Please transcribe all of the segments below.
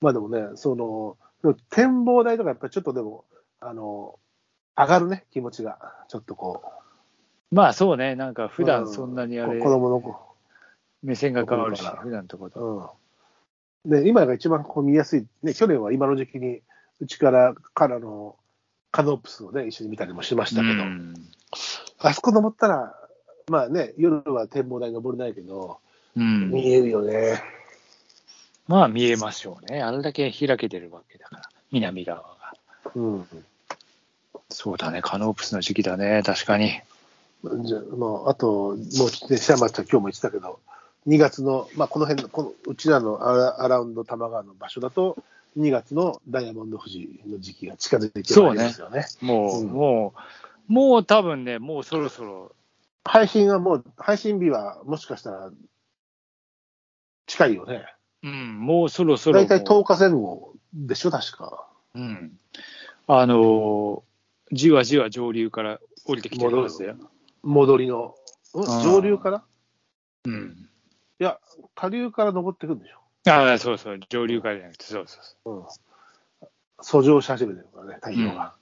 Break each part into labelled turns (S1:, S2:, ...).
S1: 今でもね、その、展望台とかやっぱりちょっとでも、あの、上がるね、気持ちが。ちょっとこ
S2: まあそうね、なんか
S1: う。
S2: 普段そんなにあ
S1: う
S2: れ
S1: ん、子供の子。
S2: 目線が変わるし
S1: 子供だ、から
S2: 普段のとこと。
S1: うん。で、今が一番こう見やすい。ね、去年は今の時期に、うちから、からの、カノープスをね、一緒に見たりもしましたけど、
S2: うん
S1: あそこ登ったら、まあね、夜は展望台登れないけど、
S2: うん
S1: 見えるよね。
S2: まあ見えましょうね。あれだけ開けてるわけだから、南側が。
S1: うん。
S2: そうだね、カノープスの時期だね、確かに。
S1: じゃあ、もう、あと、もう、ね、シャマちゃん今日も言ってたけど、2月の、まあ、この辺の、この、うちらのアラアラウンド多摩川の場所だと、2月のダイヤモンド富士の時期が近づいてきてるんですよね。
S2: もう、
S1: うん
S2: もう、もう多分ね、もうそろそろ、
S1: 配信はもう、配信日はもしかしたら、近いよね。
S2: うん、もうそろそろも
S1: だ
S2: う。
S1: いたい10日前後でしょ、確か。
S2: うん。あのーじわじわ上流から降りてきてるはずだよ。
S1: 戻りの。うん
S2: あー
S1: 上流から
S2: うん。
S1: いや、下流から登ってくんでし
S2: ああ、そうそう、上流からじゃなくて、そうそうそ
S1: ょ。うん。遡上し始めてるからね、太
S2: う。
S1: 陽
S2: うん
S1: が。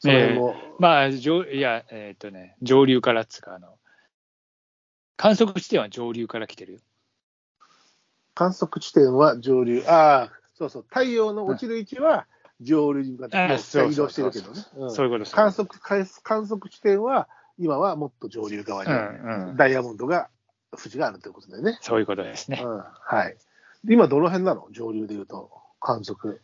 S1: そ
S2: ねえ
S1: れも、
S2: まあ、上いや、えーっとね、上流からっつうか、あの、観測地点は上流から来てるよ。
S1: 観測地点は上流、ああ、そうそう、太陽の落ちる位置は上流に向かって
S2: ああ
S1: もう
S2: そうそう
S1: 移動してるけどね。うん
S2: そういうことです。
S1: 観測観観測地点は、今はもっと上流側に、
S2: うんうん
S1: ダイヤモンドが、富士があるということだよね。
S2: そういうことですね。
S1: うん、はい。で今、どの辺なの上流でいうと、観測。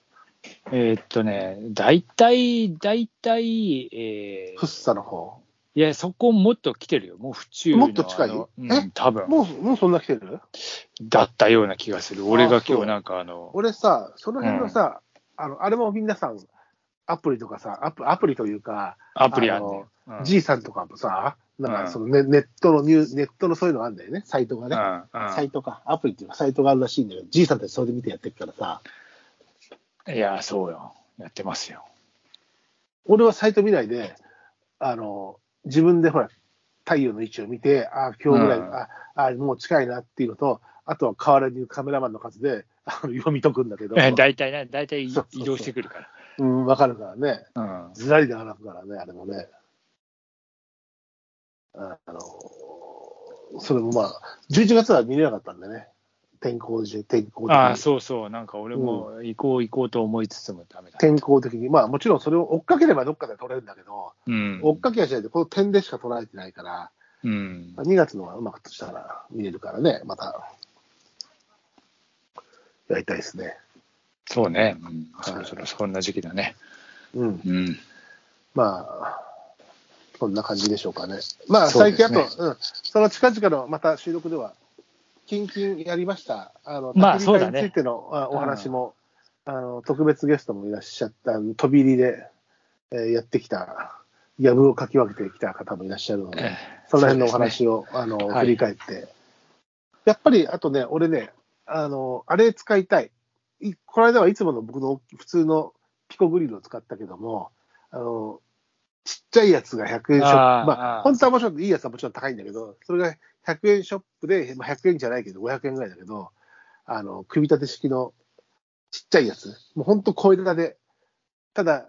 S2: えーっとね、大体、大体、え
S1: フッ
S2: ー、
S1: サの方。
S2: いや、そこもっと来てるよ。もう府中の。
S1: もっと近い
S2: あのう
S1: え
S2: ん、多分。
S1: もう、もうそんな来てる
S2: だったような気がする。俺が
S1: あそう
S2: 今日なんかあの、
S1: 俺さ、その辺のさ、あの、あれも皆さん、アプリとかさ、アプアプリというか、
S2: アプリあんねんうん
S1: G さんとかもさ、なん
S2: うん
S1: かそのネ,、ネットのニュー、ネットのそういうのあるんだよね、サイトが
S2: う
S1: ね。
S2: んうん
S1: サイトか、アプリっていうか、サイトがあるらしいんだけど、G さんたちそれで見てやってるからさ、
S2: いや、そうよ。やってますよ。
S1: 俺はサイト見ないで、あの、自分でほら、太陽の位置を見て、ああ、今日ぐらい、
S2: うん
S1: ああ、もう近いなっていうのと、あとは変わらずカメラマンの数であの読み解くん だけど、
S2: え大体ね、大体移
S1: そうそうそ
S2: 動
S1: う
S2: してくるか
S1: うん、わかるからね。
S2: ら。うん。
S1: ずらりで歩くからね、あれもね。ああの、それもまあ、11月は見れなかったんでね。天候中、天候的
S2: ああ、
S1: に。
S2: そうそう。なんか俺も行こう行こうと思いつつもダメだ。
S1: 天候的に。まあもちろんそれを追っかければどっかで取れるんだけど、
S2: うん。
S1: 追っかけはしないで、この点でしか取られてないから、
S2: うん。
S1: 2月のはうまくとしたら見れるからね、また。やりたいですね。
S2: そうね。うん
S1: はい
S2: そろそろそんな時期だね。
S1: うん。
S2: うん。
S1: まあ、こんな感じでしょうかね。まあ、
S2: そう
S1: 最
S2: で
S1: 近あ
S2: す
S1: と、
S2: ね
S1: うん、その近々のまた収録では、近々やりました、あの、
S2: まあ
S1: 焚き火
S2: そうだ
S1: 会
S2: ね
S1: についての、あお話も、あの、特別ゲストもいらっしゃった、飛び入りで、えーやってきた、やぶをかき分けてきた方もいらっしゃるので、その辺のお話を、あの、
S2: はい
S1: 振り返って。やっぱり、あとね、俺ね、あの、あれ使いたい。いこの間はいつもの僕の普通のピコグリルを使ったけども、あの、ちっちゃいやつが100円ショップ、
S2: あー
S1: ま
S2: あ
S1: あ、
S2: ー
S1: 本当はもちろんいいやつはもちろん高いんだけど、それが100円ショップで、まあ、100円じゃないけど、500円ぐらいだけど、あの、組み立て式のちっちゃいやつ。もう本当小枝で、ただ、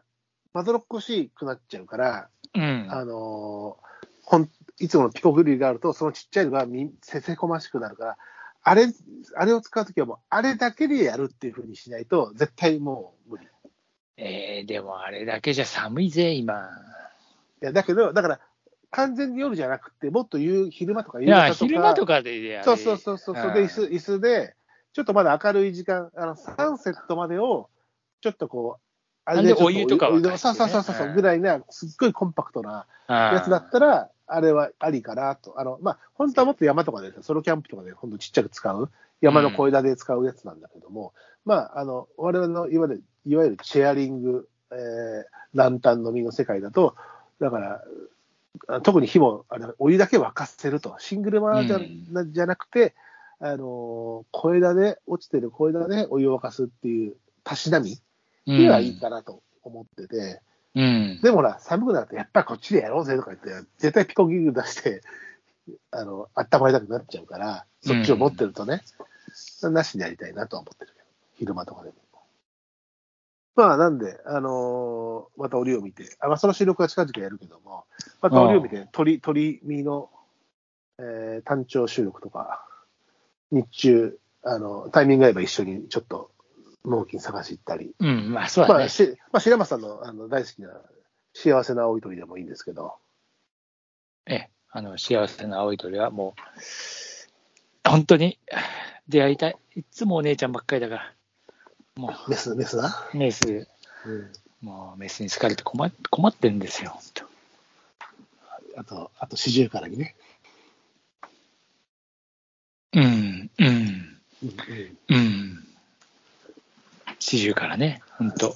S1: まどろっこしくなっちゃうから、
S2: うん。
S1: あのーほんいつものピコグリルがあると、そのちっちゃいのがみせせこましくなるから、あれ、あれを使うときはもう、あれだけでやるっていうふうにしないと、絶対もう無理。い
S2: えー、でもあれだけじゃ寒いぜ、今。
S1: や、だけど、だから、完全に夜じゃなくて、もっと夕昼間とか
S2: い
S1: 夕
S2: や、
S1: 方とか。
S2: 昼間とかでやれ
S1: そうそうそうそう。
S2: うん
S1: で、椅子、椅子で、ちょっとまだ明るい時間、あの、サンセットまでを、ちょっとこう、あ
S2: あれでお湯とかは
S1: 沸
S2: 沸かして
S1: そう
S2: ね
S1: そうそうそうう、
S2: ん
S1: ぐらいな、すっごいコンパクトな、やつだったら、あれはありかなと。あの、まあ、本当はもっと山とかで、ソロキャンプとかで、ほんとちっちゃく使う、山の小枝で使うやつなんだけども、まあ、あの、我々のいわゆる、いわゆるチェアリング、えー、ランタンのみの世界だと、だから、あ特に火も、あれ、お湯だけ沸かせると。シングルマーじゃ,、
S2: うん
S1: なじゃなくて、あのー小枝で、落ちてる小枝でお湯を沸かすっていう、たしなみ
S2: うん。
S1: にはいいかなと思ってて、
S2: うん。
S1: でもほら、寒くなると、やっぱりこっちでやろうぜとか言って、絶対ピコギグ出して、あの、温まりたくなっちゃうから、そっちを持ってるとね。なしでやりたいなとは思ってるけど、昼間とかでも。まあ、なんで、あのーまた折を見て、あ、まあ、その収録は近々やるけども、また折を見て、鳥、鳥見の、えー、単調収録とか、日中、あの、タイミング合えば一緒にちょっと、納金探し行ったり、
S2: うん、まあそうだ
S1: ま
S2: ね
S1: あ。しまあ、白松さんのあの大好きな幸せな青い鳥でもいいんですけど、
S2: ええ、あの、幸せな青い鳥はもう、本当に出会いたい。いつもお姉ちゃんばっかりだから。も
S1: メス、メスな。
S2: う、メス、
S1: うん、
S2: もうメスに好かれて困っ困ってんですよ、本当
S1: あと、あと四十からにね。
S2: うん、うん。
S1: うんうん
S2: うん。四十からね、本当。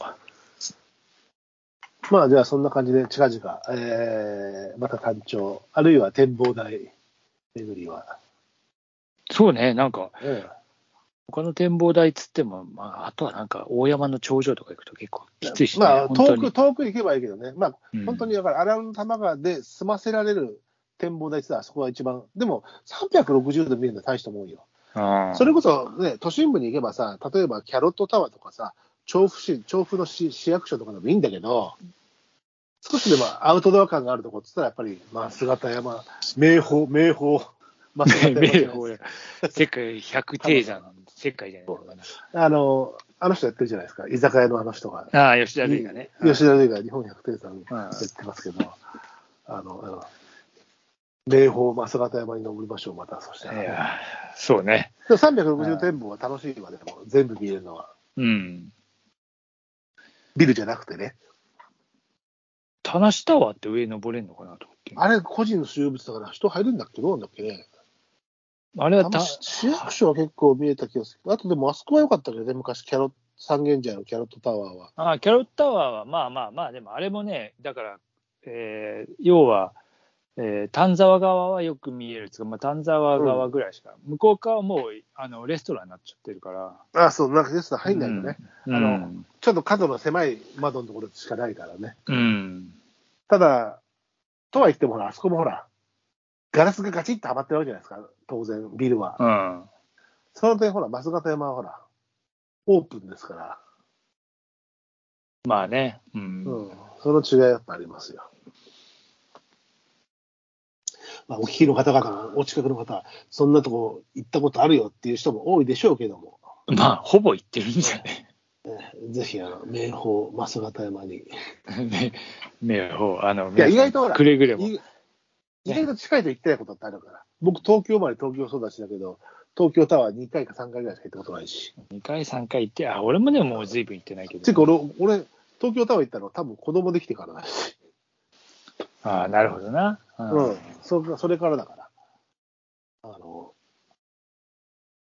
S1: まあ、じゃあそんな感じで近々、えー、また単調、あるいは展望台巡りは。
S2: そうね、なんか、
S1: うん
S2: 他の展望台つっても、まあ、あとはなんか、大山の頂上とか行くと結構きついしね、
S1: まあ、
S2: 本
S1: 遠
S2: 当に
S1: く、遠く行けばいいけどね。まあ、
S2: うん
S1: 本当にだから、荒野の玉川で済ませられる展望台ってさ、あそこが一番。でも、360度見るのは大したもんよ。
S2: あ
S1: それこそね、都心部に行けばさ、例えばキャロットタワーとかさ、調布市、調布の市市役所とかでもいいんだけど、少しでもアウトドア感があるとこっつったら、やっぱり、まあ、姿山、名峰、名 峰、まあ
S2: 名
S1: 姿山
S2: 峰や。世界百低山、世界じゃないのか
S1: あの、あの人やってるじゃないですか、居酒屋のあの人が。
S2: な。ああ、吉田類がね。
S1: 吉田類が日本百点さん
S2: うん
S1: やってますけど、あの、あの名峰、まあ、姿山に登りましょう、また、そした
S2: い
S1: ら。
S2: や、そうね。
S1: でも360展望は楽しいわ、でも、全部見れるのは。
S2: うん。
S1: ビルじゃなくてね。
S2: 棚下タワーって上登れんのかなと思って。
S1: あれ、個人の私有物だから人入るんだっけどうなんだっけね。
S2: あれはた、
S1: 市役所は結構見えた気がする。あとでも、あそこは良かったけどね、昔、キャロ三軒茶屋のキャロットタワーは。
S2: ああキャロットタワーはまあまあまあでもあれもねだから、えー要は、えー丹沢側はよく見えるつか、まあ、丹沢側ぐらいしか、向こう側はもうあのレストランになっちゃってるから
S1: あそう、なんかですね、入んないよね、
S2: うん、
S1: あのちょっと角の狭い窓のところしかないからね。
S2: うん
S1: ただ、とは言っても、ほら、あそこもほら、ガラスがガチッとはまってるわけじゃないですか、当然、ビルは。
S2: うん
S1: その点、ほら、増形山はほら、オープンですから、
S2: まあね、うん
S1: うん、その違いやっぱありますよ。まあ、お聞きの方々、お近くの方、そんなとこ行ったことあるよっていう人も多いでしょうけども、
S2: まあほぼ行ってるんじゃね
S1: ぜひ、あの、名峰、増形山に。
S2: ね目をあの
S1: いや意外とほら
S2: くれぐれも
S1: い意外と近いと行ってないことってあるから、僕、東京生まれ、東京育ちだけど、東京タワー2回か3回ぐらいしか行ったことないし、
S2: 2回3回行ってあ俺もでももう随分行ってないけ
S1: ていうか
S2: ど、
S1: 俺、俺、東京タワー行ったの、多分子供できてからだし、
S2: ああなるほどな、うん
S1: うん、そそれからだから。あの、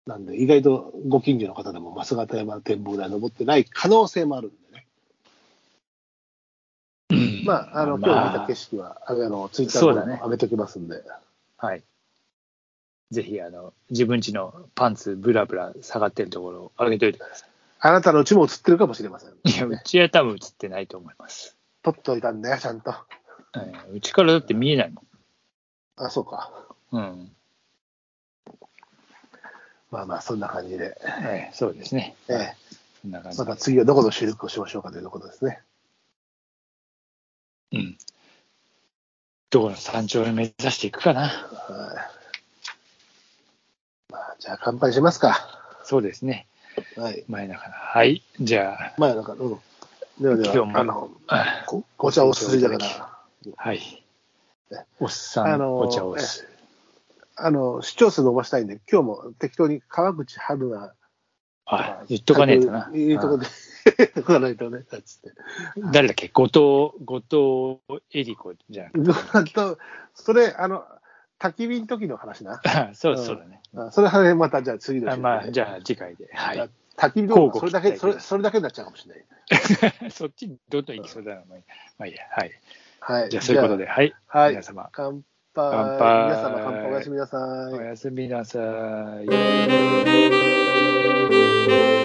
S1: なんで、意外とご近所の方でも、増形山展望台登ってない可能性もあるんでね。
S2: うん
S1: まあ、あの、今日見た景色は、あの、ツイッター
S2: そう
S1: で
S2: だね
S1: も上げときますんで。
S2: はい。ぜひ、あの、自分家のパンツブラブラ下がってるところを上げといてくださ
S1: あなたのうちも映ってるかもしれません。
S2: い。いや、うちは多分映ってないと思います。
S1: 撮っといたんだよ、ちゃんと。
S2: えーうちからだって見えないも
S1: あ、そうか。
S2: ん。うん。
S1: まあまあ、そんな感じで。
S2: えーそうですね。
S1: ええ、
S2: そんな感じ
S1: ま。た次はどこの収録をしましょうかということですね。
S2: うん。どこの山頂を目指していくかな。
S1: はいまあ、じゃあ乾杯しますか。
S2: そうですね。
S1: はい。
S2: 前だから。はい。じゃ
S1: まあ、なんか、うん。ではで
S2: 今日
S1: は、
S2: も
S1: あの、
S2: あ、
S1: こ紅茶をおすすめだから。
S2: はい。おっさ
S1: あ
S2: ん、
S1: の
S2: お茶をする。
S1: あの、視聴数伸ばしたいんで、今日も適当に川口春奈
S2: あ、言っとかねえとな。
S1: いいとこで、言っとかないとね、だっつって。
S2: うん誰だっけ後藤、後藤恵理子じゃなくて
S1: あと、それ、あの、焚き火の時の話な。
S2: あ そう、そうだね。
S1: あそれはね、またじゃあ次の
S2: あ
S1: 週、
S2: まあ、じゃあ次回で。はい。
S1: 焚き火の
S2: 乞うご
S1: それ
S2: 期
S1: だ
S2: 待
S1: け、それ、それだけになっちゃうかもしれな い。
S2: そっちにどんどん行きそうだな。まあいいや、まあ、いいやはい。
S1: はい。
S2: じゃあそういうことで、はい。
S1: じゃあ。はい。
S2: 皆様、
S1: 乾杯。
S2: 乾杯
S1: 皆様、乾杯。おやすみなさい
S2: お。やすみなさい。